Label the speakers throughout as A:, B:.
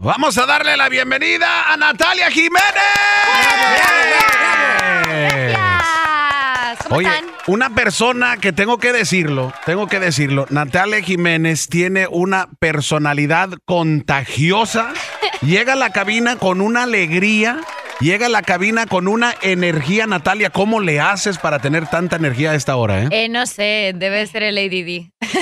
A: Vamos a darle la bienvenida a Natalia Jiménez.
B: Gracias. ¿Cómo
A: Oye,
B: están?
A: una persona que tengo que decirlo, tengo que decirlo, Natalia Jiménez tiene una personalidad contagiosa. Llega a la cabina con una alegría, llega a la cabina con una energía, Natalia. ¿Cómo le haces para tener tanta energía a esta hora, eh?
B: Eh, no sé, debe ser el ADD.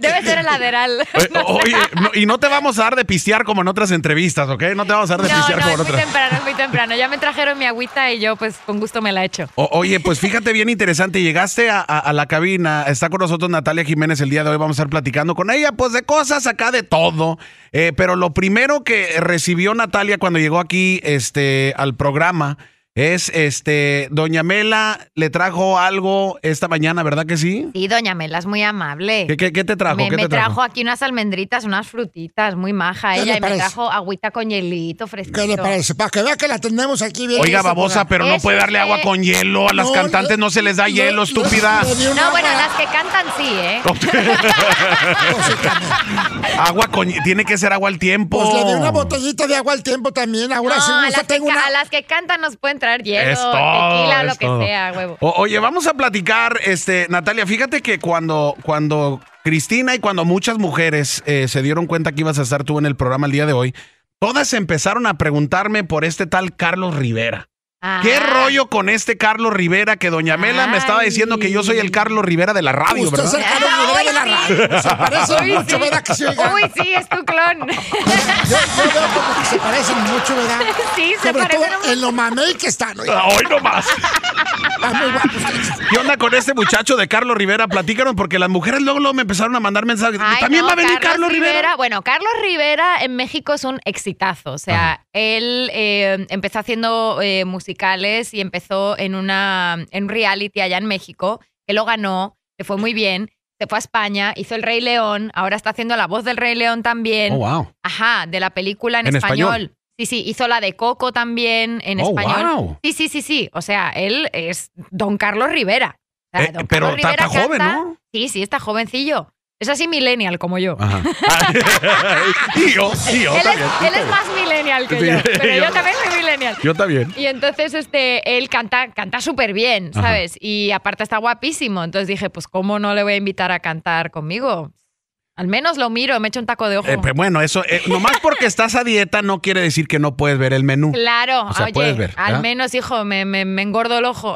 B: debe ser el lateral.
A: Eh, Oye, no- y no te vamos a dar de pistear como en otras entrevistas, ¿ok? No te vamos a dar
B: No,
A: de pistear
B: no,
A: como
B: es
A: en
B: muy
A: otras.
B: temprano, es muy temprano. Ya me trajeron mi agüita y yo pues con gusto me la echo.
A: O- oye, pues fíjate bien interesante, llegaste a, a- a la cabina, está con nosotros Natalia Jiménez el día de hoy, vamos a estar platicando con ella, pues de cosas acá de todo, Eh, pero lo primero que recibió Natalia cuando llegó aquí este, al programa es, este, Doña Mela le trajo algo esta mañana, ¿verdad que sí?
B: Sí, doña Mela es muy amable.
A: ¿Qué, qué- qué te trajo?
B: me,
A: ¿Qué
B: me
A: te
B: trajo? aquí unas almendritas, unas frutitas, muy maja
C: ¿Qué le
B: ella, y me
C: parece?
B: trajo agüita con hielito fresquito.
C: ¿Qué le parece? Para que vea que la tenemos aquí bien. en
A: Oiga,
C: este
A: babosa,
C: programa.
A: pero no
B: Eso
A: puede darle
B: sí.
A: agua con hielo, a las
C: No,
A: cantantes no se les da
C: le-
A: hielo,
C: le-
A: estúpida.
C: le di una
B: No, bueno,
C: para-
B: las que cantan sí, ¿eh?
A: Agua con tiene que ser agua al tiempo.
C: Pues le di una botellita de agua al tiempo también. Ahora
B: No,
C: sí,
B: a, las
C: gusta,
B: que,
C: tengo
B: ca-
C: una.
B: a las que cantan nos pueden traer hielo,
A: Es todo,
B: tequila, lo
A: es
B: que
A: todo.
B: sea, huevo.
A: O- oye, vamos a platicar, este, Natalia, fíjate que cuando, cuando Cristina y cuando muchas mujeres eh, se dieron cuenta que ibas a estar tú en el programa el día de hoy, todas empezaron a preguntarme por este tal Carlos Rivera. ¿Qué
B: Ah.
A: rollo con este Carlos Rivera que Doña Mela me estaba diciendo que yo soy el Carlos Rivera de la radio,
C: Usted es el
A: ¿verdad?
B: Ah,
C: Carlos Rivera
B: uy,
C: de la
B: sí.
C: radio. Se parecen
B: Uy,
C: mucho,
B: Pues sí.
C: ¿verdad? Que sí, oiga?
B: Uy, sí, es tu clon.
C: Yo, yo veo como que se parecen mucho, ¿verdad?
B: Sí, se
C: Sobre
B: parecen
C: todo
B: un-
C: en lo mamey que están. oiga.
A: Hoy nomás.
C: Están muy guapos ustedes.
A: ¿Qué onda con este muchacho de Carlos Rivera? Platícanos porque las mujeres luego, luego me empezaron a mandar mensajes.
B: Ay,
A: También
B: no,
A: va a venir Carlos, Rivera.
B: Bueno, Carlos Rivera en México es un exitazo. O sea, él eh, empezó haciendo eh, musicales y empezó en una en un reality allá en México, que lo ganó, le fue muy bien, se fue a España, hizo El Rey León, ahora está haciendo la voz del Rey León también.
A: Oh, wow.
B: Ajá, de la película en,
A: ¿En español?
B: español. Sí, sí, hizo la de Coco también en
A: Oh,
B: español.
A: wow.
B: Sí, sí, sí, sí. O sea, él es don Carlos Rivera. O sea,
A: Eh,
B: don
A: pero
B: Carlos
A: está
B: Rivera
A: está joven,
B: canta-
A: ¿no?
B: Sí, sí, está jovencillo. Es así millennial como yo.
A: Ajá. y yo, y yo
B: él, es,
A: también.
B: él es más millennial que
A: Sí,
B: yo,
A: yo-
B: pero yo también soy millennial.
A: Yo también.
B: Y entonces este, él canta canta súper bien,
A: Ajá.
B: ¿sabes? Y aparte está guapísimo. Entonces dije, pues cómo no le voy a invitar a cantar conmigo. Al menos lo miro, me echo un taco de ojo.
A: Eh, pues bueno, eso, eh, nomás porque estás a dieta no quiere decir que no puedes ver el menú.
B: Claro,
A: O sea,
B: oye,
A: puedes ver, ¿verdad?
B: al menos, hijo, me, me- me engordo el ojo.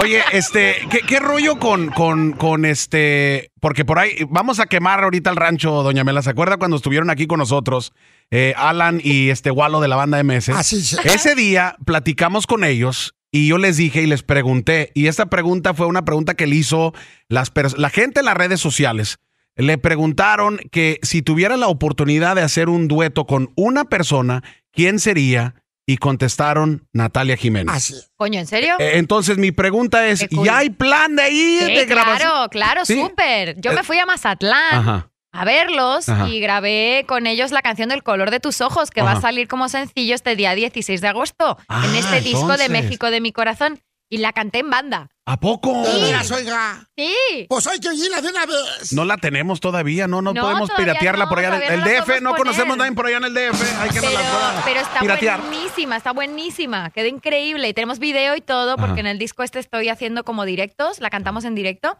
A: Oye, este, ¿qué, qué rollo con, con, con este? Porque por ahí, vamos a quemar ahorita el rancho, doña Mela. ¿Se acuerda cuando estuvieron aquí con nosotros, eh, Alan y este Walo de la banda MS?
D: Ah,
C: Así se-
A: Ese día platicamos con ellos y yo les dije y les pregunté, y esta pregunta fue una pregunta que le hizo las pers- la gente en las redes sociales. Le preguntaron que si tuviera la oportunidad de hacer un dueto con una persona, ¿quién sería? Y contestaron Natalia Jiménez.
C: Así.
B: Coño, ¿en serio?
A: Eh, Entonces mi pregunta es,
B: Qué cool.
A: ¿ya hay plan de ir
B: Sí,
A: de grabación?
B: claro, claro,
A: Sí.
B: súper. Yo
A: Eh,
B: me fui a Mazatlán
A: Ajá.
B: a verlos
A: Ajá.
B: y grabé con ellos la canción del color de tus ojos, que va
A: Ajá.
B: a salir como sencillo este día 16 de agosto,
A: Ah,
B: en este disco
A: entonces.
B: de México de mi corazón. Y la canté en banda.
A: ¿A poco?
C: De veras, oiga.
B: Sí.
C: Pues hay que oírla de una vez.
A: No la tenemos todavía, no, no,
B: No,
A: podemos
B: todavía
A: piratearla
B: no,
A: por allá.
B: todavía
A: el
B: no la
A: DF, no
B: podemos
A: conocemos a
B: poner.
A: nadie por allá en el DF. Hay que
B: Pero,
A: nos la pueda
B: pero está
A: piratear.
B: buenísima, está buenísima, queda increíble. Y tenemos video y todo, porque
A: Ajá.
B: en el disco este estoy haciendo como directos, la cantamos en directo.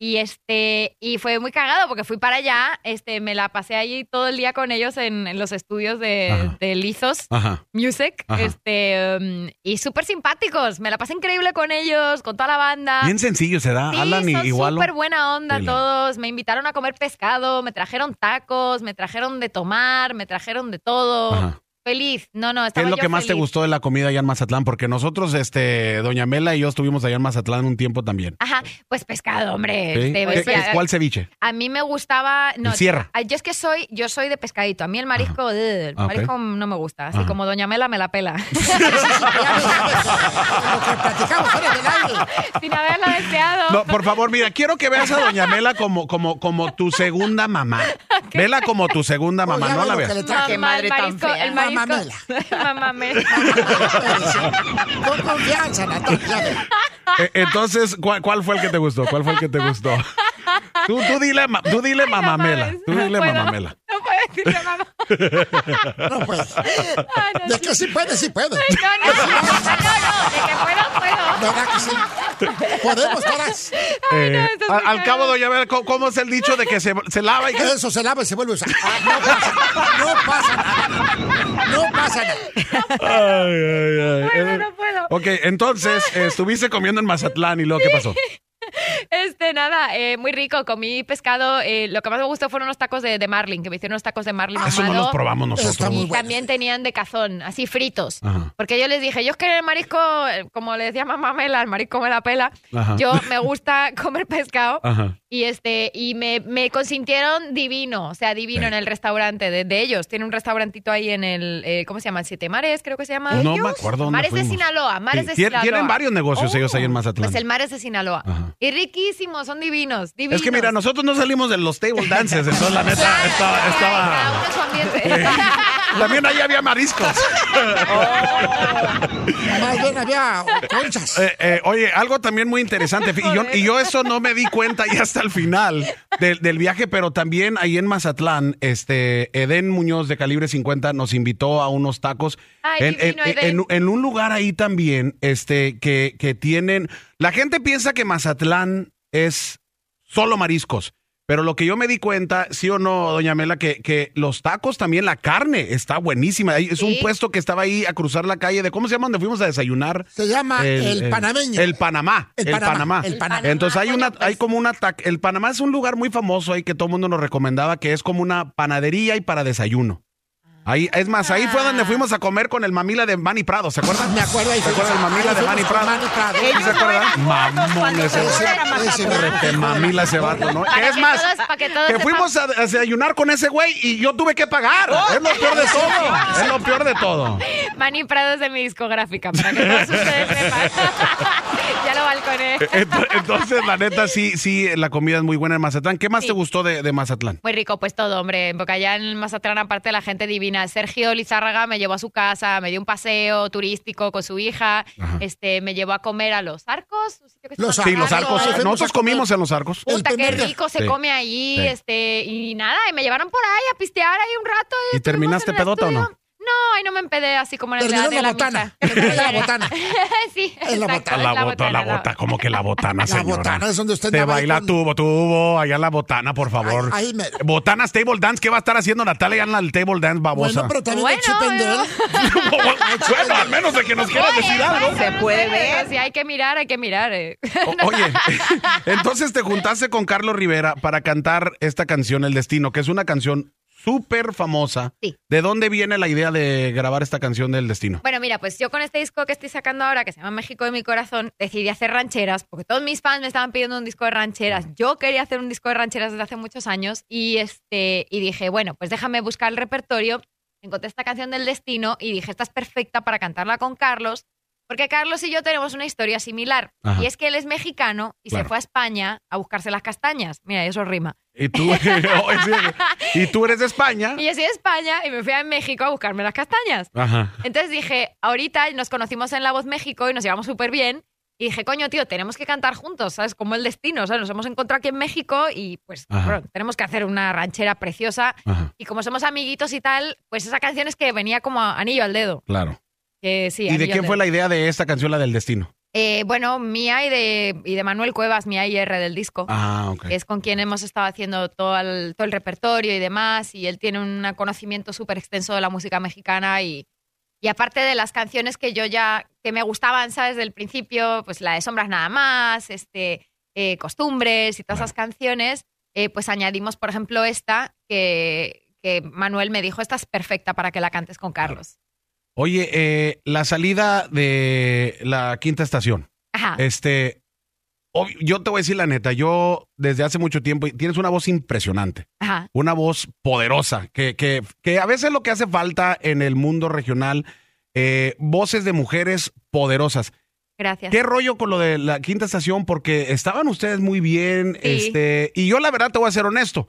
B: Y este, y fue muy cagado porque fui para allá, este, me la pasé allí todo el día con ellos en, en los estudios de,
A: Ajá.
B: de Lizos
A: Ajá.
B: Music.
A: Ajá.
B: Este, um, y súper simpáticos. Me la pasé increíble con ellos, con toda la banda.
A: Bien sencillo se da,
B: Ah. Sí,
A: Alan y
B: son
A: igual.
B: súper buena onda
A: Vela.
B: todos. Me invitaron a comer pescado, me trajeron tacos, me trajeron de tomar, me trajeron de todo. Feliz. No, no,
A: ¿Qué
B: estaba
A: es lo
B: yo
A: que más te
B: feliz.
A: gustó de la comida allá en Mazatlán? Porque nosotros, este, Doña Mela y yo estuvimos allá en Mazatlán un tiempo también.
B: Ajá, pues pescado, hombre.
A: ¿Sí?
B: Este,
A: ¿Qué-
B: o sea,
A: qué- ¿Cuál ceviche?
B: A mí me gustaba. No,
A: El Sierra.
B: ah, Yo es que soy, yo soy de pescadito. A mí el marisco, ugh, el
A: Ah, ok.
B: marisco no me gusta. Así
A: Ajá.
B: como Doña Mela me la pela.
C: Lo que platicamos fuera del aire.
B: Sin haberla deseado.
A: No, pues, por favor, mira, quiero que veas a Doña Mela como, como, como tu segunda mamá. Vela como tu segunda mamá,
C: Oiga,
A: no
C: ve
A: la
C: lo que
A: veas.
C: le traje.
D: Qué
B: el
D: madre tan
B: marisco,
D: fea.
B: el marisco.
C: Mamamela.
B: Mamamela.
C: Con confianza, Natalia.
A: E, Eh, Entonces, ¿cuál, cuál fue el que te gustó? ¿Cuál fue el que te gustó? Tú, tú dile, ma- tú dile
B: no
A: mamamela.
B: mames,
A: Tú
B: no
A: dile
B: puedo.
A: mamamela.
B: No puedo decirle mamá.
C: No, pues.
B: Ay, no,
C: De que sí puede, sí puede.
B: No, no, no, no, no, de que puedo, puedo.
C: ¿Verdad que sí? Podemos todas.
B: Ay, no,
A: Eh,
B: esto es
A: al,
B: muy
A: al cabo,
B: cagado.
A: doña Vera, ¿cómo, cómo es el dicho de que se, se lava y que
C: Eso se lava y se vuelve a usar. Ah, No pasa, no pasa nada. No pasa nada.
A: Ay, ay, ay.
B: Bueno,
A: Eh,
B: no puedo.
A: Ok, entonces eh, estuviste comiendo en Mazatlán y luego, ¿qué pasó?
B: Este, nada, eh, muy rico. Comí pescado. eh, lo que más me gustó fueron unos tacos de, de marlin, que me hicieron unos tacos de marlin
A: Eso no
B: ahumado.
A: los probamos nosotros.
C: Está muy
B: Y
C: bueno.
B: también tenían de cazón, así fritos.
A: Ajá.
B: Porque yo les dije, yo es que el marisco, eh, como le decía mamá Mela, el marisco me la pela.
A: Ajá.
B: Yo me gusta comer pescado.
A: Ajá.
B: Y este, y me, me consintieron divino, o sea, divino
A: Sí.
B: en el restaurante de, de ellos. Tiene un restaurantito ahí en el, eh, ¿cómo se llama? El Siete Mares, creo que se llama.
A: No me
B: ¿Ellos?
A: acuerdo dónde
B: Mares
A: fuimos.
B: de Sinaloa, Mares
A: Sí,
B: de
A: tien-
B: Sinaloa.
A: tienen varios negocios ellos ahí en Mazatlán.
B: Pues el Mares de Sinaloa.
A: Ajá.
B: Y riquísimos, son divinos, divinos.
A: Es que mira, nosotros no salimos de los table dances, entonces la neta
B: Claro,
A: estaba...
B: claro,
A: estaba...
B: cada uno en su ambiente.
A: También ahí había mariscos.
C: Más bien había conchas.
A: Eh, eh, oye, algo también muy interesante. Y yo, y yo eso no me di cuenta ya hasta el final del, del viaje, pero también ahí en Mazatlán, este Edén Muñoz de Calibre 50 nos invitó a unos tacos.
B: Ay,
A: en, en-
B: divino, Edén.
A: en- en un lugar ahí también, este, que, que tienen. La gente piensa que Mazatlán es solo mariscos. Pero lo que yo me di cuenta, sí o no, doña Mela, que, que los tacos también, la carne está buenísima. Ahí Es un
B: Sí.
A: puesto que estaba ahí a cruzar la calle de, ¿cómo se llama? Donde fuimos a desayunar.
C: Se
D: Ah,
C: llama el, panameño.
A: El Panamá. El,
C: El
A: Panamá.
C: Panamá, el Panamá.
A: Entonces hay
B: Coño,
A: una,
B: pues.
A: hay como un ataque. El Panamá es un lugar muy famoso ahí que todo el mundo nos recomendaba que es como una panadería y para desayuno. Ahí, es más, ahí fue donde fuimos a comer con el mamila de Manny Prado, ¿se acuerdan?
C: Me acuerdo ahí.
A: ¿Se acuerdan del mamila de Manny Prado? ¿Sí se acuerdan? Mamón
B: cuando
A: ese.
B: se
A: ese
B: fueron a
C: Mazatlán.
A: rete mamila ese vato, ¿no? Es más,
B: todos- para que todos
A: que
B: sepan-
A: fuimos a, a desayunar con ese güey y yo tuve que pagar. Es lo peor de todo. Es lo peor de todo.
B: Manny Prado es de mi discográfica, para que todos ustedes sepan. ya lo balconé.
A: Ento- Entonces, la neta, sí, sí, la comida es muy buena en Mazatlán. ¿Qué más
B: Sí.
A: te gustó de, de Mazatlán?
B: Muy rico, pues todo, hombre. Porque allá en Mazatlán, aparte la gente divina. Sergio Lizárraga me llevó a su casa, me dio un paseo turístico con su hija.
A: Ajá.
B: Este, me llevó a comer a los arcos. un sitio que se
C: Los
B: llama
A: Sí, los
C: Claro,
A: arcos.
C: ahí fuimos
A: Nosotros
C: a comer.
A: comimos en los arcos.
C: El
B: Puta, qué
C: primer día.
B: rico se
A: Sí.
B: come ahí,
A: Sí.
B: este, y nada, y me llevaron por ahí a pistear ahí un rato.
A: ¿Y
B: estuvimos
A: terminaste
B: en el
A: pedota o no?
B: estudio. No, ahí no me empedé así como en el
C: Terminó
B: de
C: en la
B: la
C: botana.
B: misa.
C: En
A: Ah,
C: la botana.
B: sí,
C: En la
B: exacto,
C: botana.
B: en
A: bota-
B: la-
A: como que la botana,
C: La botana es donde usted
A: Te
C: andaba ahí
A: baila
C: con-
A: tubo, tubo, allá la botana, por favor.
C: Ahí- ahí mero.
A: Botanas Table Dance, ¿qué va a estar haciendo Natalia en la Table Dance babosa?
C: Bueno, pero también el
B: Bueno, eh.
C: chip and
B: bueno.
C: Dale.
A: bueno, al menos de que nos quieras decir algo.
B: Se puede ver. Si hay que mirar, hay que mirar. eh.
A: O- oye, entonces te juntaste con Carlos Rivera para cantar esta canción, El Destino, que es una canción súper famosa.
B: Sí.
A: ¿De dónde viene la idea de grabar esta canción del Destino?
B: Bueno, mira, pues yo con este disco que estoy sacando ahora, que se llama México de mi corazón, decidí hacer rancheras, porque todos mis fans me estaban pidiendo un disco de rancheras. Yo quería hacer un disco de rancheras desde hace muchos años y, este, y dije, bueno, pues déjame buscar el repertorio. Encontré esta canción del destino y dije, esta es perfecta para cantarla con Carlos, porque Carlos y yo tenemos una historia similar.
A: Ajá.
B: Y es que él es mexicano y
A: Claro.
B: se fue a España a buscarse las castañas. Mira, eso rima.
A: Y tú, Oye, sí, y tú eres de España.
B: Y yo soy de España y me fui a México a buscarme las castañas.
A: Ajá.
B: Entonces dije, ahorita nos conocimos en La Voz México y nos llevamos súper bien. Y dije, coño, tío, tenemos que cantar juntos, ¿sabes? Como el destino, ¿sabes? Nos hemos encontrado aquí en México y pues
A: Ajá.
B: cabrón, tenemos que hacer una ranchera preciosa.
A: Ajá.
B: Y como somos amiguitos y tal, pues esa canción es que venía como a- anillo al dedo.
A: Claro.
B: Que sí,
A: ¿Y de
B: anillo al
A: quién fue
B: dedo.
A: la idea de esta canción, la del destino?
B: Eh, bueno, mía y de, y de Manuel Cuevas, mía y R del disco
A: Ah, ok.
B: que es con quien hemos estado haciendo todo el, todo el repertorio y demás, y él tiene un conocimiento súper extenso de la música mexicana y, y aparte de las canciones que yo ya, que me gustaban, ¿sabes? Del principio, pues la de Sombras Nada Más, este, eh, Costumbres y todas esas canciones, eh, pues añadimos, por ejemplo, esta que, que Manuel me dijo, esta es perfecta para que la cantes con Carlos.
A: Oye, eh, la salida de la quinta estación.
B: Ajá.
A: Este, ob- yo te voy a decir la neta, yo desde hace mucho tiempo, y tienes una voz impresionante,
B: Ajá.
A: una voz poderosa, que, que, que a veces lo que hace falta en el mundo regional, eh, voces de mujeres poderosas.
B: Gracias.
A: ¿Qué rollo con lo de la quinta estación? Porque estaban ustedes muy bien,
B: Sí.
A: este, y yo la verdad te voy a ser honesto.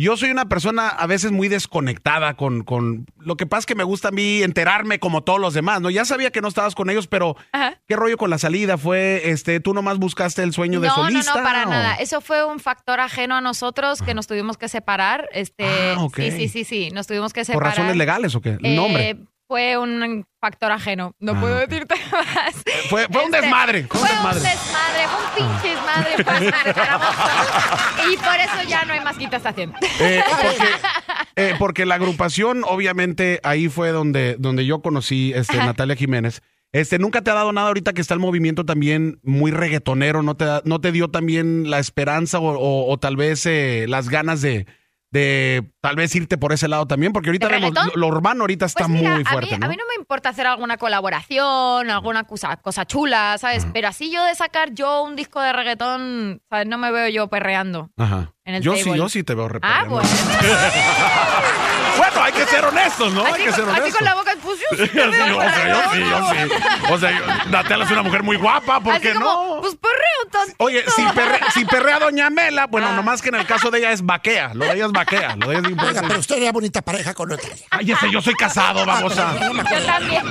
A: Yo soy una persona a veces muy desconectada con, con lo que pasa es que me gusta a mí enterarme como todos los demás, ¿no? Ya sabía que no estabas con ellos, pero
B: Ajá.
A: ¿qué rollo con la salida? ¿Fue, este, tú nomás buscaste el sueño de
B: no,
A: solista?
B: No, no, para
A: o-
B: nada. Eso fue un factor ajeno a nosotros que nos tuvimos que separar. Este,
A: Ah, ok.
B: Sí, sí, sí, sí. Nos tuvimos que
A: ¿Por
B: separar.
A: razones legales o qué?
B: Eh,
A: no, hombre.
B: Fue un factor ajeno. No
A: Ah,
B: puedo
A: ok.
B: decirte más.
A: Fue, fue un
B: este,
A: desmadre. Fue un desmadre.
B: Fue un desmadre, fue un pinche desmadre. pues, nos separamos todos. y por eso ya no hay más quita estación.
A: Eh, porque, eh, porque la agrupación, obviamente, ahí fue donde, donde yo conocí este,
B: Ajá.
A: Natalia Jiménez. Este, nunca te ha dado nada ahorita que está el movimiento también muy reggaetonero, no te, da- no te dio también la esperanza o, o- o tal vez eh, las ganas de, de tal vez irte por ese lado también, porque ahorita
B: ¿De
A: vemos, lo,
B: reggaetón?
A: lo urbano ahorita está
B: Pues mira,
A: muy
B: a
A: fuerte,
B: mí,
A: ¿no?
B: a mí me importa hacer alguna colaboración, alguna cosa, cosa chula, ¿sabes?
A: Mm.
B: Pero así yo de sacar yo un disco de reggaetón, ¿sabes? No me veo yo perreando.
A: Ajá.
B: en el
A: yo sí,
B: table.
A: yo sí te veo
B: Ah,
A: repeliendo.
B: bueno.
A: Bueno, hay que ser honestos, ¿no?
B: así,
A: hay que ser
B: con- así
A: honestos.
B: con la boca, pues yo sí
A: Sí,
B: te
A: o
B: veo
A: sea, yo sí,
B: perreando.
A: yo sí. O sea, yo- Natalia es una mujer muy guapa, ¿por
B: Así
A: qué
B: como,
A: no?
B: pues perreo tanto.
A: Oye, si, perre- si perrea Doña Mela, bueno,
B: Ah.
A: nomás que en el caso de ella es vaquea. Lo de ella es vaquea. Lo de ella es
C: Oiga, pero
A: imposible.
C: usted era bonita pareja con Natalia.
A: Cállese, yo soy casado, vamos a.
B: Yo también.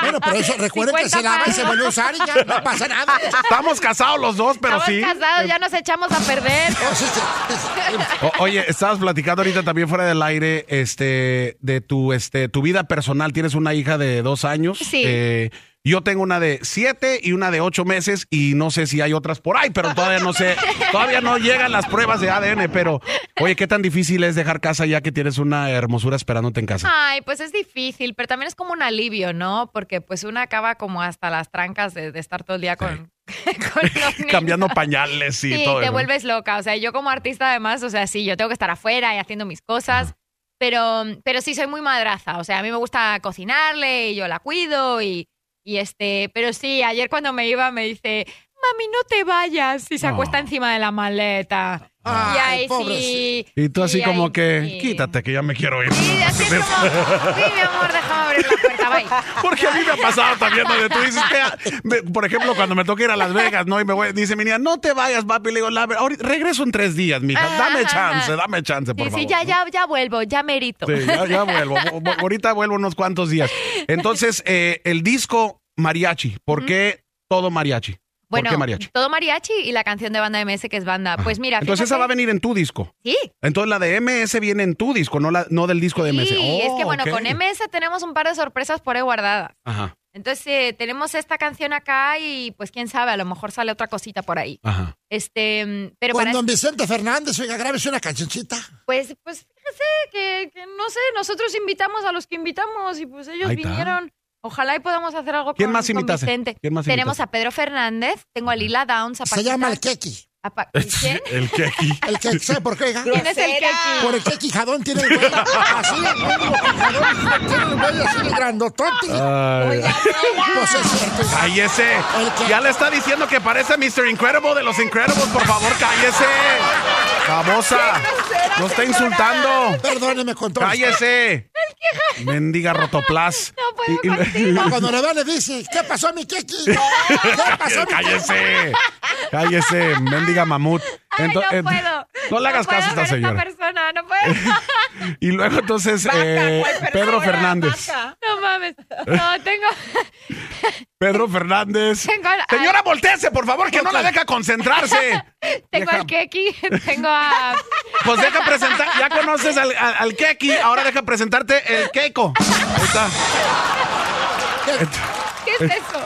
C: Bueno, pero eso, recuerden que
B: 50
C: se lava y
B: más.
C: se vuelve a usar y ya no pasa nada.
A: Estamos casados los dos, pero
B: Estamos
A: sí. Eh.
B: casados, ya nos echamos a perder.
C: No, sí, sí, sí.
A: O- oye, estabas platicando ahorita también fuera del aire, este, de tu, este, tu vida personal. Tienes una hija de dos años.
B: Sí.
A: Eh, yo tengo una de siete y una de ocho meses y no sé si hay otras por ahí, pero todavía no sé, todavía no llegan las pruebas de ADN. Pero, oye, ¿qué tan difícil es dejar casa ya que tienes una hermosura esperándote en casa?
B: Ay, pues es difícil, pero también es como un alivio, ¿no? Porque pues una acaba como hasta las trancas de, de estar todo el día con, con los niños.
A: Cambiando pañales y
B: Sí,
A: todo.
B: te
A: eso.
B: vuelves loca. O sea, yo como artista además, o sea, sí, yo tengo que estar afuera y haciendo mis cosas. Pero, pero sí soy muy madraza. O sea, a mí me gusta cocinarle y yo la cuido y, y este. Pero sí, ayer cuando me iba me dice, mami, no te vayas. Y se
A: No.
B: acuesta encima de la maleta. y
C: Ay,
B: ahí sí.
A: Y tú así
B: y
A: como
B: ahí
A: que,
B: sí.
A: quítate que ya me quiero ir.
B: Sí, así es como, sí, mi amor, déjame abrir la puerta, bye.
A: Porque a mí me ha pasado también donde tú dices, "Vea", me- por ejemplo, cuando me toca ir a Las Vegas, ¿no? Y me voy, dice mi niña, no te vayas, papi. Le digo, la, ver- ahorita- regreso en tres días, mija.
B: Ajá,
A: Dame
B: ajá,
A: chance,
B: ajá.
A: dame chance, por
B: Sí,
A: favor.
B: sí, ya, ya, ya vuelvo, ya merito.
A: Sí, ya, ya vuelvo. Vo- vo- Ahorita vuelvo unos cuantos días. Entonces, eh, el disco Mariachi. ¿Por qué todo mariachi? ¿Por
B: bueno,
A: qué mariachi?
B: todo mariachi y la canción de banda MS que es banda.
A: Ajá.
B: Pues mira,
A: Entonces,
B: fíjate-
A: esa va a venir en tu disco.
B: Sí,
A: Entonces, la de MS viene en tu disco, no, la, no del disco de MS.
B: Sí, es que
A: Oh,
B: bueno,
A: ok.
B: con MS tenemos un par de sorpresas por ahí guardadas.
A: Ajá,
B: Entonces, eh, tenemos esta canción acá y pues quién sabe, a lo mejor sale otra cosita por ahí.
A: ajá.
B: Este, mm, pero
C: Con
B: para
C: don Vicente Fernández, oiga, grabes una cancioncita.
B: pues pues fíjese que, que no sé, nosotros invitamos a los que invitamos y pues ellos
A: Ahí está.
B: vinieron. Ojalá y podamos hacer algo
A: ¿Quién
B: con,
A: más
B: con
A: invitaste?
B: Vicente.
A: ¿Quién más
B: Tenemos
A: invitaste?
B: a Pedro Fernández, tengo a Lila Downs, a
C: Se
B: Paquita-
C: llama el Keki.
B: a Pa- ¿Quién?
A: El que aquí.
C: El Keki, ¿sabe por qué, oiga?
B: ¿Quién es el
D: Grosera.
B: Keki?
C: Por el Keki jadón tiene el güey. Así, el mismo quijadón. Tiene el güey así, grandotote.
A: Ah. Ay.
C: Pues es cierto.
A: ¡Cállese!
C: El que-
A: Ya le está diciendo que parece Mr. Incredible de los Incredibles. Por favor, cállese. Famosa. No está insultando.
C: Perdóneme con todo.
A: Cállese. Mendiga Rotoplas.
B: No puedo
A: Y- y-
B: contigo.
C: Cuando le va, le dice, ¿qué pasó, mi Keki? ¿Qué pasó, mi Keki?
A: Cállese. Cállese, mendiga mamut.
B: Ay,
A: Ento-
B: no
A: ent-
B: puedo.
A: No le hagas
B: puedo
A: caso a esta
B: ver
A: señora.
B: persona, no puedo.
A: Y luego entonces eh,
D: Ah,
A: Pedro Fernández.
B: No mames. No, tengo.
A: Pedro Fernández.
B: Tengo al-
A: Señora, volteese, por favor, que no la deja concentrarse.
B: Tengo
A: Deja-
B: al Keki, tengo a.
A: Pues deja presentar, ya conoces al, al, al Keki, ahora deja presentarte el Keiko. Ahí está.
B: ¿Qué es eso?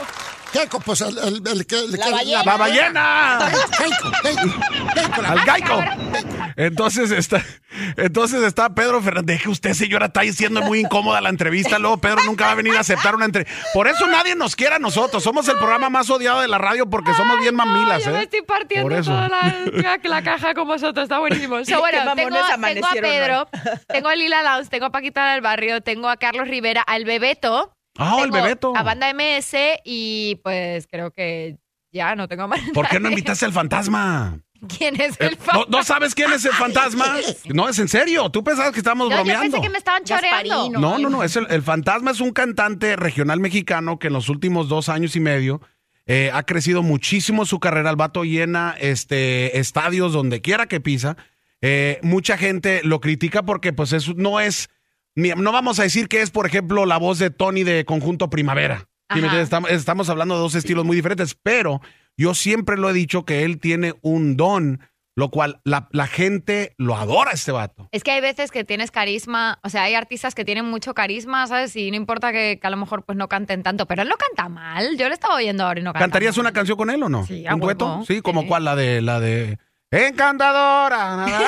C: Keiko, pues el, el, el, que- el
D: La
C: que-
D: ballena.
A: ¡La ballena!
C: Keiko, Keiko, Keiko, la-
A: ¡Al Geico! Entonces está, entonces está Pedro Fernández. Deje usted, señora, está diciendo muy incómoda la entrevista. Luego Pedro nunca va a venir a aceptar una entrevista. Por eso nadie nos quiere a nosotros. Somos el programa más odiado de la radio porque somos bien mamilas,
B: Yo me
A: ¿eh?
B: estoy partiendo
A: Por eso.
B: toda la, la- la caja con vosotros, está buenísimo. O sea, bueno,
D: Qué
B: tengo,
D: mamones
B: tengo a
D: amanecieron
B: Pedro, tengo a Lila Downs, tengo a Paquita del Barrio, tengo a Carlos Rivera, al Bebeto.
A: Ah, el
B: tengo
A: Bebeto.
B: A Banda MS y pues creo que ya no tengo más.
A: ¿Por qué no
B: nadie.
A: invitaste al fantasma? Eh,
B: ¿Quién es el
A: ¿No,
B: fan?
A: no sabes quién es el fantasma? No, es en serio. Tú pensabas que estábamos
B: No, yo
A: bromeando.
B: pensé que me estaban choreando.
D: Gasparino.
A: No, no, no. Es el, el Fantasma es un cantante regional mexicano que en los últimos dos años y medio eh, ha crecido muchísimo su carrera. El vato llena este, estadios donde quiera que pisa. eh, mucha gente lo critica porque pues eso no es, ni- no vamos a decir que es, por ejemplo, la voz de Tony de Conjunto Primavera. ¿Sí me
B: Ajá.
A: entiendes? Estamos, estamos hablando de dos estilos muy diferentes, pero yo siempre lo he dicho que él tiene un don, lo cual la, la gente lo adora a este vato.
B: Es que hay veces que tienes carisma, o sea, hay artistas que tienen mucho carisma, ¿sabes? Y no importa que, que a lo mejor pues no canten tanto, pero él no canta mal. Yo lo estaba oyendo ahora y no canta
A: ¿Cantarías
B: mal.
A: una canción con él o no?
B: Sí, a
A: ¿Un dueto?
B: huevo.
A: Sí, como
B: Sí.
A: cuál, la de, la de Encantadora. No,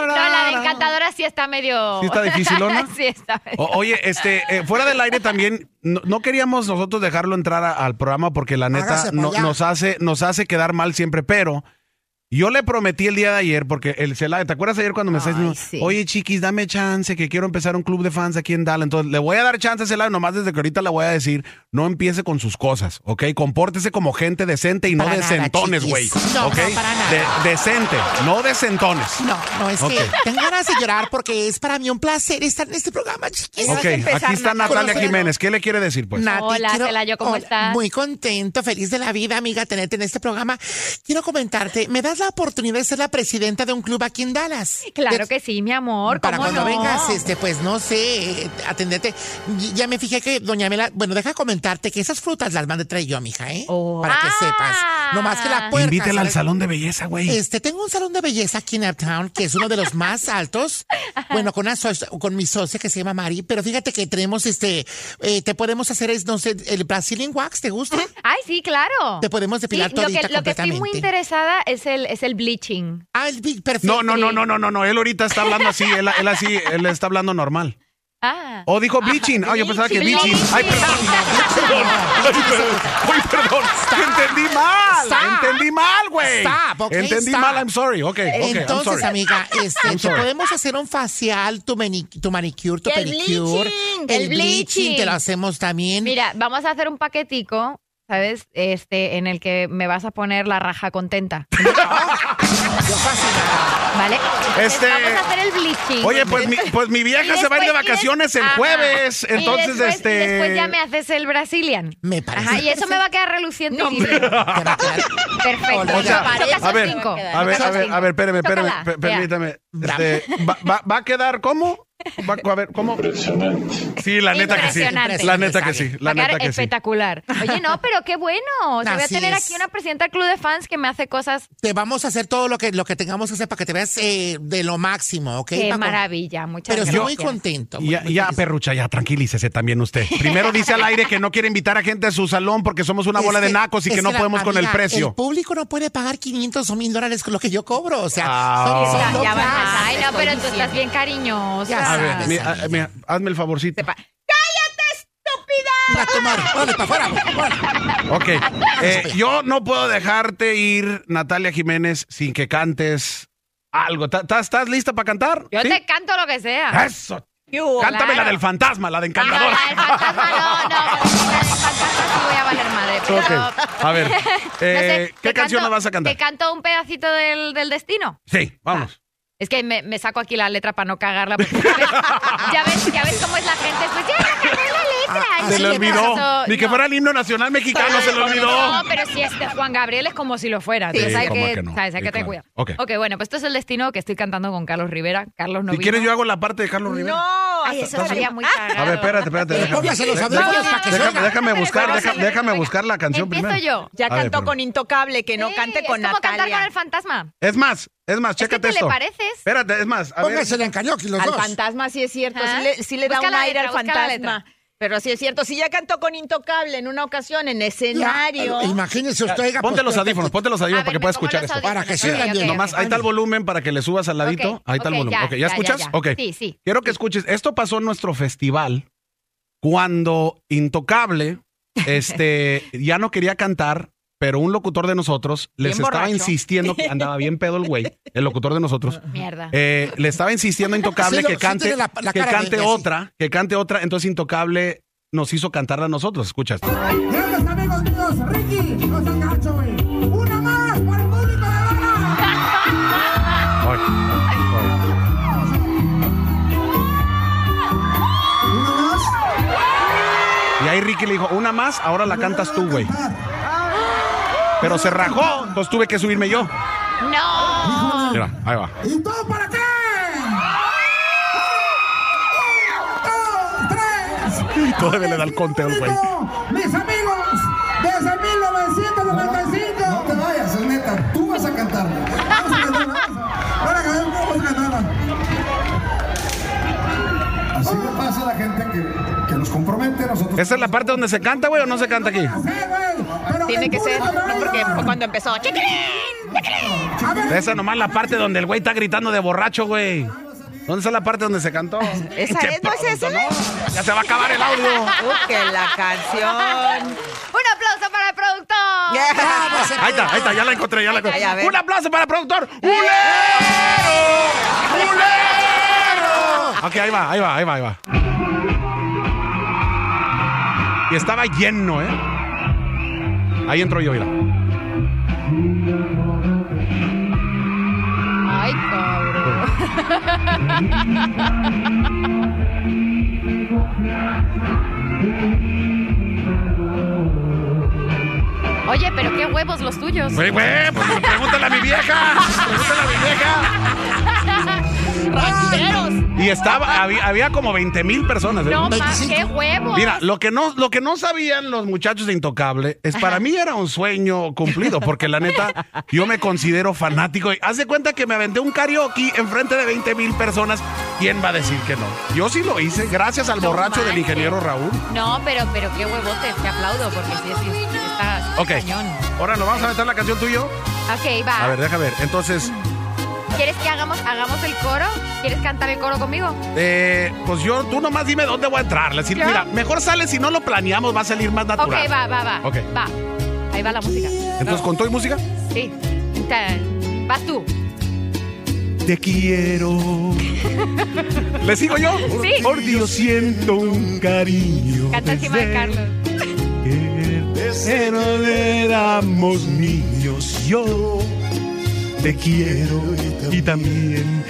B: No, la de Encantadora sí está medio...
A: Sí está dificilona.
B: sí está medio...
A: O- oye, este, eh, fuera del aire también, no, no queríamos nosotros dejarlo entrar a- al programa porque la neta
C: Hágase pa'
A: no-
C: allá.
A: nos, hace, nos hace quedar mal siempre, pero yo le prometí el día de ayer, porque el Celaya, ¿te acuerdas ayer cuando me estás
B: Ay,
A: diciendo,
B: sí.
A: oye chiquis, dame chance, que quiero empezar un club de fans aquí en Dallas? Entonces, le voy a dar chance a Celaya, nomás desde que ahorita le voy a decir, no empiece con sus cosas, ¿ok? Compórtese como gente decente y no
D: Para nada,
A: decentones, güey.
D: chiquis. No,
A: ¿ok?
D: no, para nada.
A: De- decente, no decentones.
D: No, no, es
A: Ok.
D: que tengo ganas de llorar porque es para mí un placer estar en este programa, chiquis.
A: Ok,
B: empezar,
A: aquí está
D: Natalia.
A: Natalia Jiménez. ¿Qué le quiere decir, pues?
D: Nati,
B: Hola, Celayo, ¿cómo estás?
D: Muy contento, feliz de la vida, amiga, tenerte en este programa. Quiero comentarte, ¿me das la oportunidad de ser la presidenta de un club aquí en Dallas?
B: Claro
D: De-
B: que sí, mi amor,
D: Para
B: ¿cómo
D: cuando
B: no?
D: vengas, este, pues no sé, eh, atenderte. Y- Ya me fijé que doña Mela, bueno, deja comentarte que esas frutas las mandé traer yo, mija, ¿eh?
B: Oh.
D: Para que
B: Ah.
D: sepas. No más que la puerta.
A: Invítela al
D: ¿sabes?
A: salón de belleza, güey.
D: Este, tengo un salón de belleza aquí en Uptown, que es uno de los más altos. Bueno, con, una socia- con mi socia que se llama Mari, pero fíjate que tenemos este, eh, te podemos hacer, es, no sé, el Brazilian Wax, ¿te gusta?
B: Ay, sí, claro.
D: Te podemos depilar
B: Sí, lo
D: todita
B: que, lo que estoy muy
D: completamente.
B: interesada es el, es el bleaching.
D: Ah, el Big
A: No,
D: Perfecto.
A: no, no, no, no, no, no. Él ahorita está hablando así, él, él así, él está hablando normal.
B: Ah.
A: O dijo bleaching. Ah, yo pensaba que
B: Bleaching.
A: bleaching. Ay, perdón. Ay, perdón. Ay, perdón. Entendí mal.
D: Stop.
A: Entendí mal, güey.
D: Stop, ok,
A: Entendí
D: stop.
A: mal. I'm sorry. Ok, ok, I'm
D: Entonces,
A: sorry.
D: amiga, este,
A: I'm
D: te
A: sorry.
D: podemos hacer un facial, tu, mani- tu manicure, tu
B: El
D: pedicure.
B: bleaching,
D: el
B: el
D: bleaching.
B: bleaching.
D: Te lo hacemos también.
B: Mira, vamos a hacer un paquetico, ¿sabes? Este, en el que me vas a poner la raja contenta,
D: Yo fascinada.
B: ¿vale?
A: Este-
B: Vamos a hacer el bleaching.
A: Oye, pues mi, pues mi
B: Y
A: vieja se va a ir de
B: después- y des-
A: vacaciones el
B: Ajá.
A: jueves.
B: Y
A: Entonces,
B: después- y
A: este.
B: después ya me haces el Brazilian.
D: Me parece.
B: Ajá, y eso me va a quedar reluciente. y limpio.
D: Te va a quedar-
B: Perfecto.
D: O sea,
B: Choca-
D: a
B: choca
A: ver,
B: cinco.
A: A ver, a
B: Choca
A: ver,
B: cinco.
A: a ver, espérame, espérame,
B: Chócala,
A: per-
B: vea.
A: permítame. Este, va, va- va a quedar cómo? Va- a ver, ¿cómo?
E: Impresionante.
A: Sí, la neta que sí.
B: Impresionante.
A: La neta que sí,
B: Va
A: la
B: a quedar
A: neta que sí.
B: espectacular. Oye, no, pero qué bueno. O sea, voy a
D: Así
B: tener
D: es.
B: aquí una presidenta del club de fans que me hace cosas.
D: Te vamos a hacer todo lo que, lo que tengamos que hacer para que te veas eh, de lo máximo, ¿ok?
B: Qué
D: Paco?
B: maravilla. Muchas
D: Pero
B: gracias.
D: estoy muy contento. muy,
A: Ya,
D: muy
A: ya,
D: feliz.
A: perrucha, ya, tranquilícese también usted. Primero dice al aire que no quiere invitar a gente a su salón porque somos una
D: Es
A: bola de
D: que-
A: nacos y
D: es
A: que no
D: la-
A: podemos con el
D: amiga, El
A: precio.
D: público no puede pagar 500 o 1000 dólares con lo que yo cobro. O sea,
A: Ah.
D: son- son
B: Ya, ya
D: locas.
B: van a- Ay, no,
D: Estoy
B: pero tú
D: diciendo.
B: estás bien
D: Ya
B: cariñosa.
A: A ver,
D: sabes,
A: mira,
D: amiga.
A: mira, hazme el favorcito.
B: Sepa-
D: Va a tomar. Órale, pa' afuera. órale.
A: Ok. Eh, yo no puedo dejarte ir, Natalia Jiménez, sin que cantes algo. ¿Ta- ta- ¿Estás lista para cantar?
B: Yo
A: ¿Sí?
B: te canto lo que sea.
A: Eso.
B: Claro.
A: Cántame la del fantasma, la de
B: Ah,
A: encantadora.
B: la del fantasma, no, no. La del fantasma sí voy a valer madre. pero-
A: Ok, A ver,
B: no sé,
A: eh,
B: te
A: ¿qué canción
B: canto-
A: me vas a cantar?
B: Te canto un pedacito del, del destino.
A: Sí, vámonos.
B: Es que me, me saco aquí la letra para no cagarla. Porque ya, ves, ya, ves, ya ves cómo es la gente. Pues ya me cagué la letra.
D: Ah,
B: Ay,
A: se
B: sí,
A: le
B: me
A: olvidó.
B: pasó.
A: Ni que
B: No.
A: fuera el himno nacional mexicano, se le olvidó.
B: No, pero si es de Juan Gabriel es como si lo fuera.
A: Sí,
B: Entonces hay
A: ¿cómo
B: que,
A: que no?
B: sabes, hay
A: Sí,
B: que tener
A: claro.
B: cuidado.
A: Ok.
B: ok, bueno, pues esto es el destino que estoy cantando con Carlos Rivera. Carlos no
A: Si
B: vino.
A: quieres, yo hago la parte de Carlos Rivera.
B: No, Ay, eso sería muy cagado.
A: A ver, espérate, espérate.
D: Eh,
A: déjame-
D: póngase los
A: de-
D: audífonos
A: déjame-
D: para que
A: déjame-
D: suene.
A: Déjame buscar,
B: Pero
A: deja-
B: bueno,
A: déjame
B: venga.
A: buscar la canción
B: Empiezo
A: primero.
B: yo.
F: Ya
A: A ver,
F: cantó
A: pero-
F: con Intocable, que no
B: Sí,
F: cante con
B: es como cantar con
F: Natalia.
B: el fantasma.
A: Es más, es más, chécate
B: es que
A: esto.
B: te le pareces.
A: Espérate, es más. A ver,
C: Póngasela en karaoke los
F: Al
C: dos.
F: fantasma sí es cierto,
B: Ajá.
F: sí le, sí le da
B: Ah. Busca
F: un
B: la
F: aire al
B: letra, busca la
F: fantasma. Pero sí es cierto, si ya cantó con Intocable en una ocasión, en escenario.
C: Imagínese usted, oiga,
A: ponte
C: pues,
A: los
C: pues,
A: audífonos, ponte los audífonos
B: A
A: para
B: ver,
A: que
B: me
A: puedas
B: pongo
A: escuchar
B: los
A: esto.
C: Para que
B: audífonos.
C: sigan
B: Ok,
C: bien,
B: ok,
C: nomás,
B: ok.
A: Ahí está el volumen para que le subas al ladito.
B: Ok,
A: Ahí está el
B: ok,
A: volumen.
B: ya,
A: ok, ¿ya,
B: ya,
A: escuchas?
B: ya.
A: Ok.
B: Sí, sí.
A: Quiero que escuches. Esto pasó en nuestro festival cuando Intocable este, ya no quería cantar, pero un locutor de nosotros les
F: Bien
A: estaba
F: borracho.
A: insistiendo que andaba bien pedo el güey, el locutor de nosotros.
B: Mierda.
A: eh, le estaba insistiendo a Intocable
D: Sí, lo-
A: que
D: sí
A: cante,
D: tiene la- la
A: que
D: cara de-
A: cante
D: de así.
A: otra, que cante otra. Entonces Intocable nos hizo cantarla a nosotros. Escuchas.
G: Grandes amigos míos, Ricky, no seas gacho, güey. Una más para el público de Dallas. Una más.
A: Y ahí Ricky le dijo, una más, ahora la cantas tú, güey. Pero se rajó, entonces tuve que subirme yo.
B: ¡No!
A: Mira, ahí va.
G: ¿Y todo para qué? ¡Un, dos, tres!
A: Todavía le da el conteo al güey.
G: Mis amigos, desde 1995. No te vayas, es neta. Tú vas a cantar. Vamos a cantar. Ahora que vamos a cantar. Así le pasa a la gente que, que nos compromete, nosotros.
A: ¿Esa es la parte donde se canta, güey, o no se canta aquí?
F: Tiene que ser, no porque fue cuando empezó. ¡Chiquirín! ¡Chiquirín!
G: A ver,
A: Esa nomás la parte donde el güey está gritando de borracho, güey. ¿Dónde está la parte donde se cantó?
F: ¿Esa
A: Che,
F: es? ¿No es
A: pronto,
F: esa?
A: ¿no? Ya se va a acabar el audio.
F: Uh, que la canción.
B: ¡Un aplauso para el productor!
A: Ahí está, ahí está, ya la encontré, ya la encontré.
F: Ahí está, ya, Eh. a ver.
A: Un aplauso para el productor. ¡Ulero! ¡Ulero! Ok, ahí va, ahí va, ahí va, ahí va. Y estaba lleno, ¿eh? Ahí entro yo, mira.
B: ¡Ay, cabrón! Oye, pero qué huevos los tuyos.
A: Güey, güey, pues pregúntale a mi vieja. Pregúntale a mi vieja.
B: ¡Rancheros!
A: Y estaba, había, había como 20 mil personas. ¿eh?
B: No, pues. ma,
D: 25.
B: qué huevos.
A: Mira, lo que no, lo que no sabían los muchachos de Intocable es para mí era un sueño cumplido, porque la neta, yo me considero fanático. Y haz de cuenta que me aventé un karaoke enfrente de 20 mil personas. ¿Quién va a decir que no? Yo sí lo hice, gracias al
B: No
A: borracho del
B: manches.
A: ingeniero Raúl.
B: No, pero, pero qué huevotes, te aplaudo porque sí, sí, sí, estás
A: Ok.
B: cañón.
A: Ahora nos vamos a meter la canción tuyo.
B: Ok, va.
A: A ver, déjame ver. Entonces,
B: ¿Quieres que hagamos, hagamos el coro? ¿Quieres cantar el coro conmigo?
A: eh, pues yo, tú nomás dime dónde voy a entrar. Le decir,
B: ¿Ya?
A: mira, mejor sale si no lo planeamos, va a salir más natural.
B: Ok, va, va, va.
A: Ok.
B: Va. Ahí va la música.
A: Entonces, ¿con todo y música?
B: Sí. Tan. Vas tú.
A: Te quiero. ¿Le sigo yo?
B: Sí.
A: Por Dios siento un cariño.
B: Canta encima de
A: desde
B: Carlos.
A: que no éramos niños. Yo te quiero y también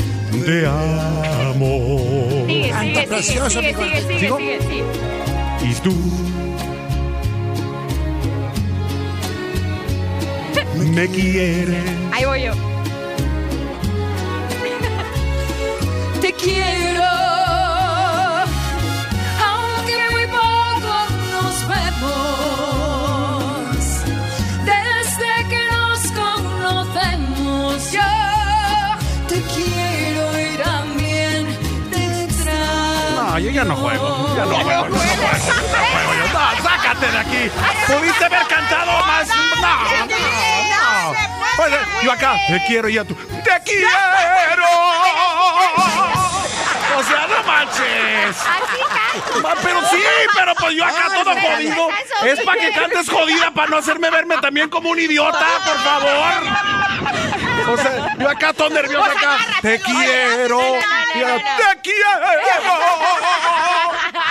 A: te amo.
B: Sigue,
D: Canta
B: sigue, sigue,
D: precioso,
B: sigue,
D: mi
B: sigue, sigue,
A: ¿Sigo?
B: sigue, sigue.
A: Y tú. Me quieres.
B: Ahí voy yo.
E: Te quiero, aunque muy poco nos vemos. Desde que nos conocemos, yo te quiero y también te extraño.
A: No, yo ya no juego. Ya no juego. No, juego yo. No, sácate de aquí. Pudiste haber cantado más. No, no, no. Oye, yo acá te quiero y a tú. ¡Te quiero! O sea, no manches.
B: Así canto.
A: Ma, Pero sí, pero pues yo acá todo
B: espérate,
A: jodido.
B: eso
A: Es
B: sí
A: para que
B: que-
A: cantes jodida, para no hacerme verme también como un idiota, por favor. O sea, yo acá todo nervioso
B: Pues
A: acá. Te quiero. y ahora, Te quiero.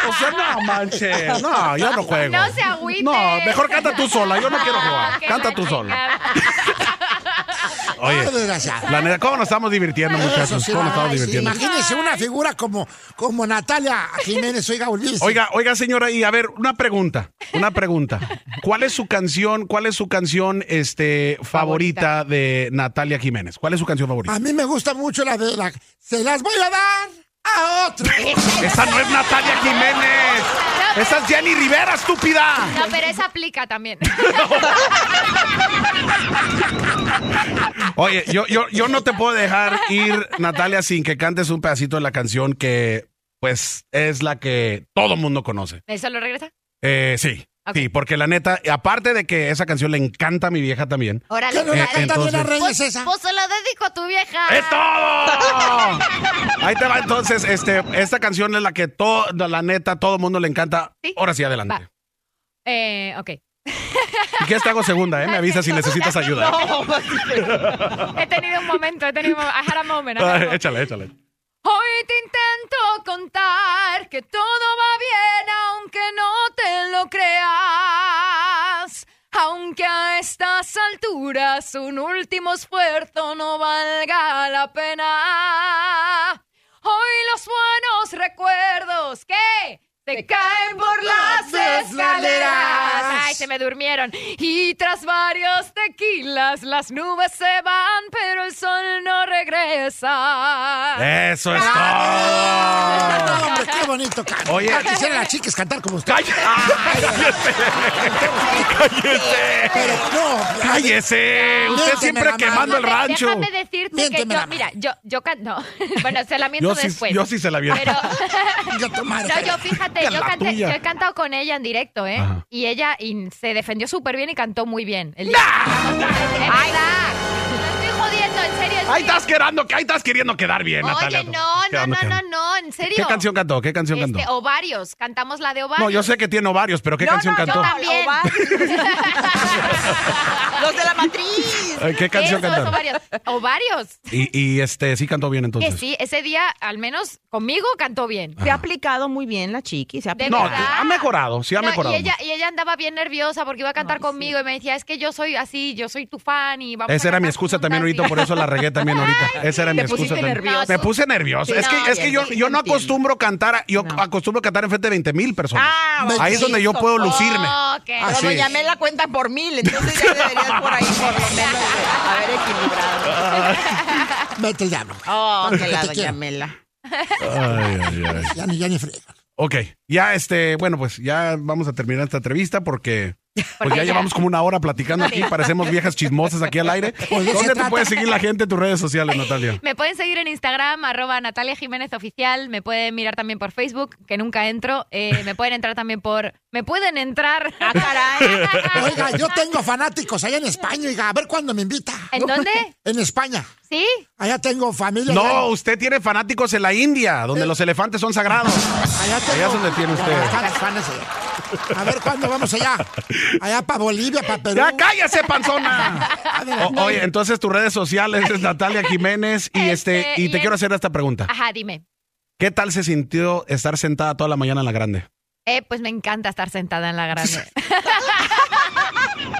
A: O sea, no manches. No, yo no juego.
B: No se agüite.
A: No, mejor canta tú sola. Yo no quiero
B: Ah,
A: jugar.
B: qué
A: Canta tú
B: la
A: sola.
B: chingada.
A: Oye,
D: Ah, desgraciada.
A: la neta, ¿cómo nos estamos divirtiendo,
D: Eso
A: muchachos?
D: sí,
A: ¿Cómo nos estamos
D: ay, sí,
A: divirtiendo?
D: Imagínense una figura como, como Natalia Jiménez, oiga, olvídese.
A: Oiga, oiga, señora, y a ver, una pregunta, una pregunta. ¿Cuál es su canción, cuál es su canción este, favorita de Natalia Jiménez? ¿Cuál es su canción favorita?
D: A mí me gusta mucho la de la. ¡Se las voy a dar a otro!
B: Eh,
A: Esa no es Natalia Jiménez. Esa es Jenny Rivera, estúpida.
B: No, pero esa aplica también.
A: Oye, yo, yo, yo no te puedo dejar ir, Natalia, sin que cantes un pedacito de la canción que, pues, es la que todo mundo conoce.
B: ¿Eso lo regresa?
A: Eh, sí,
B: Ok.
A: sí, porque la neta, aparte de que esa canción le encanta a mi vieja también.
B: Órale.
D: ¿Qué no la
A: Eh,
D: canta
A: entonces-
D: Diana Reyes
B: Pues,
D: esa?
B: pues se lo dedico a tu vieja.
A: ¡Es todo! Ahí te va entonces, este, esta canción es la que toda la neta, todo el mundo le encanta.
B: Sí.
A: Ahora sí, adelante.
B: Va. Eh, ok.
A: ¿Y qué te hago segunda, eh? Me avisas si necesitas ayuda. ¿eh?
B: He tenido un momento, he tenido un momento. I had a moment. I had a
A: Ay,
B: moment.
A: échale, échale.
E: Hoy te intento contar que todo va bien aunque no te lo creas. Aunque a estas alturas un último esfuerzo no valga la pena. Hoy los buenos recuerdos que
B: Te caen por las escaleras. Ay, se me durmieron. Y tras varios tequilas, las nubes se van, pero el sol no regresa.
A: Eso es
D: No,
A: todo.
D: hombre, ¡Ah! qué bonito canto.
A: ¡Ah! Oye.
D: Ya quisieran las chicas cantar como usted.
A: ¡Cállese! ¡Cállese!
D: Pero no,
A: ¡Cállese! Usted
D: Miénteme,
A: siempre
D: mamá.
A: quemando el
B: Déjame-
A: rancho.
B: Déjame decirte
D: Miénteme
B: que
D: la
B: yo, mira, yo, yo can- no. Bueno, se la miento
A: Yo sí,
B: después.
A: yo sí se la vi.
B: Pero,
D: yo tomara.
B: no, yo fíjate,
A: Que
B: yo,
A: la
B: canté-
A: tuya.
B: yo he cantado con ella en directo, ¿eh?
A: Ajá.
B: Y ella y se defendió súper bien y cantó muy bien. El ¡Ay! estoy jodiendo, en serio. en
A: Ahí
B: serio.
A: estás queriendo, ahí estás queriendo quedar bien, Natalia.
B: Oye, no, no,
A: Quedando,
B: no, no,
A: quedando.
B: no, en serio.
A: ¿Qué canción cantó? ¿Qué canción
B: Este,
A: cantó?
B: Ovarios, cantamos la de Ovarios.
A: No, yo sé que tiene ovarios, pero ¿qué
F: No,
A: canción
F: no,
A: cantó?
F: yo también. Los de la matriz.
A: Eh, ¿Qué canción
B: Eso es
A: cantó?
B: Ovarios. Ovarios.
A: Y, y, este, sí cantó bien
B: Que
A: entonces. Ah,
B: sí, ese día, al menos conmigo, cantó bien.
F: Se ha aplicado muy bien la chiqui. Se ha
B: De
A: No,
F: aplicado.
B: verdad.
A: ha mejorado, sí ha
B: No,
A: mejorado.
B: y, ella, y ella andaba bien nerviosa porque iba a cantar
F: Ay, sí.
B: conmigo y me decía, es que yo soy así, yo soy tu fan y vamos a
A: Esa era mi
B: cantar
A: excusa
B: juntas
A: también
B: y-
A: ahorita, por eso la regué también ahorita. Esa era mi
F: Te pusiste
A: excusa también.
F: nervioso.
A: Me puse nervioso.
F: Sí,
A: es que,
F: no,
A: es que yo,
F: entiendo,
A: yo no
F: entiendo.
A: acostumbro cantar, a- yo
F: No.
A: acostumbro cantar enfrente de 20 mil personas.
F: Ah, bueno,
A: Ahí es donde yo
F: listo.
A: puedo lucirme.
B: Oh, qué-
A: Ah,
F: Pero
A: sí.
F: doña Mel la cuenta por mil, entonces ya deberías por ahí por lo menos haber equilibrado.
D: Vete al diablo. güey.
A: Ah.
F: Oh, que la
D: Te
F: doña
D: quiero.
F: Mela.
A: Ay, ay, ay.
D: Ya ni, ya ni fregan.
A: Ok, ya este, bueno, pues ya vamos a terminar esta entrevista porque pues
B: Porque
A: ya
B: ya.
A: llevamos como una hora platicando aquí, parecemos viejas chismosas aquí al aire.
D: Pues de eso
A: ¿Dónde te
D: trata.
A: puede seguir la gente en tus redes sociales, Natalia?
B: Me pueden seguir en Instagram, arroba Natalia Jiménez Oficial. Me pueden mirar también por Facebook, que nunca entro. Eh, me pueden entrar también por... Me pueden entrar... ¡Ah, caray!
D: Oiga, yo tengo fanáticos allá en España, oiga, a ver cuándo me invita.
B: ¿En dónde?
D: En España.
B: ¿Sí?
D: Allá tengo familia.
A: No,
D: allá-
A: usted tiene fanáticos en la India, donde los elefantes son sagrados.
D: allá tengo-
A: allá es donde tiene usted.
D: Bastantes fanes allá. A ver cuándo vamos allá. Allá para Bolivia, para Perú.
A: ¡Ya cállese, panzona!
D: Adelante.
A: O- oye, entonces tus redes sociales es Natalia Jiménez y este,
B: Este,
A: y
B: y
A: te
B: en-
A: quiero hacer esta pregunta.
B: Ajá, dime.
A: ¿Qué tal se sintió estar sentada toda la mañana en la grande?
B: Eh, pues me encanta estar sentada en la grande.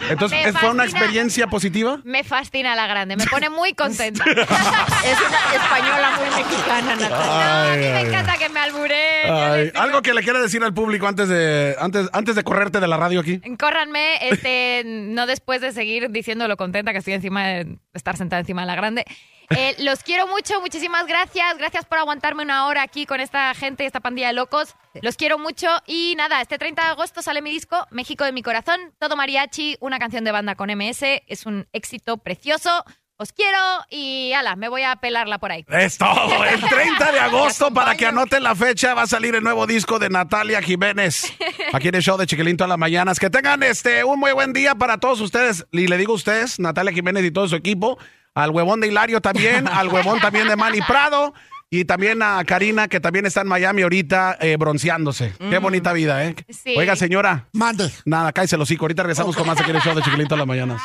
A: Entonces,
B: Me
A: ¿es- ¿fue una
B: fascina.
A: experiencia positiva?
B: Me fascina la grande, me pone muy contenta.
F: Es una española muy mexicana, Natalia.
B: No, a mí
A: Ay,
B: me
A: ay, Ah.
B: encanta que me albureen. yo
A: Ay,
B: les digo,
A: algo que le quiera decir al público antes de antes antes de correrte de la radio aquí.
B: Córranme, este, no después de seguir diciendo lo contenta que estoy encima de estar sentada encima de la grande. Eh, los quiero mucho, muchísimas gracias. Gracias por aguantarme una hora aquí con esta gente, esta pandilla de locos. Los quiero mucho. Y nada, este 30 de agosto sale mi disco, México de mi corazón, todo mariachi, una canción de banda con MS. Es un éxito precioso. Os quiero y ala, me voy a pelarla por ahí.
A: Es todo. El 30 de agosto, para que anoten la fecha, va a salir el nuevo disco de Natalia Jiménez. Aquí en el show de Chiquilinto a las mañanas. Que tengan este un muy buen día para todos ustedes. Y le digo a ustedes, Natalia Jiménez y todo su equipo, al huevón de Hilario también, al huevón también de Manny Prado. Y también a Karina, que también está en Miami ahorita eh, bronceándose. Qué bonita vida, ¿eh?
B: Sí.
A: Oiga, señora,
D: Mande.
A: nada, cállese los hocico. Ahorita regresamos con más aquí en el show de Chiquilinto a las mañanas.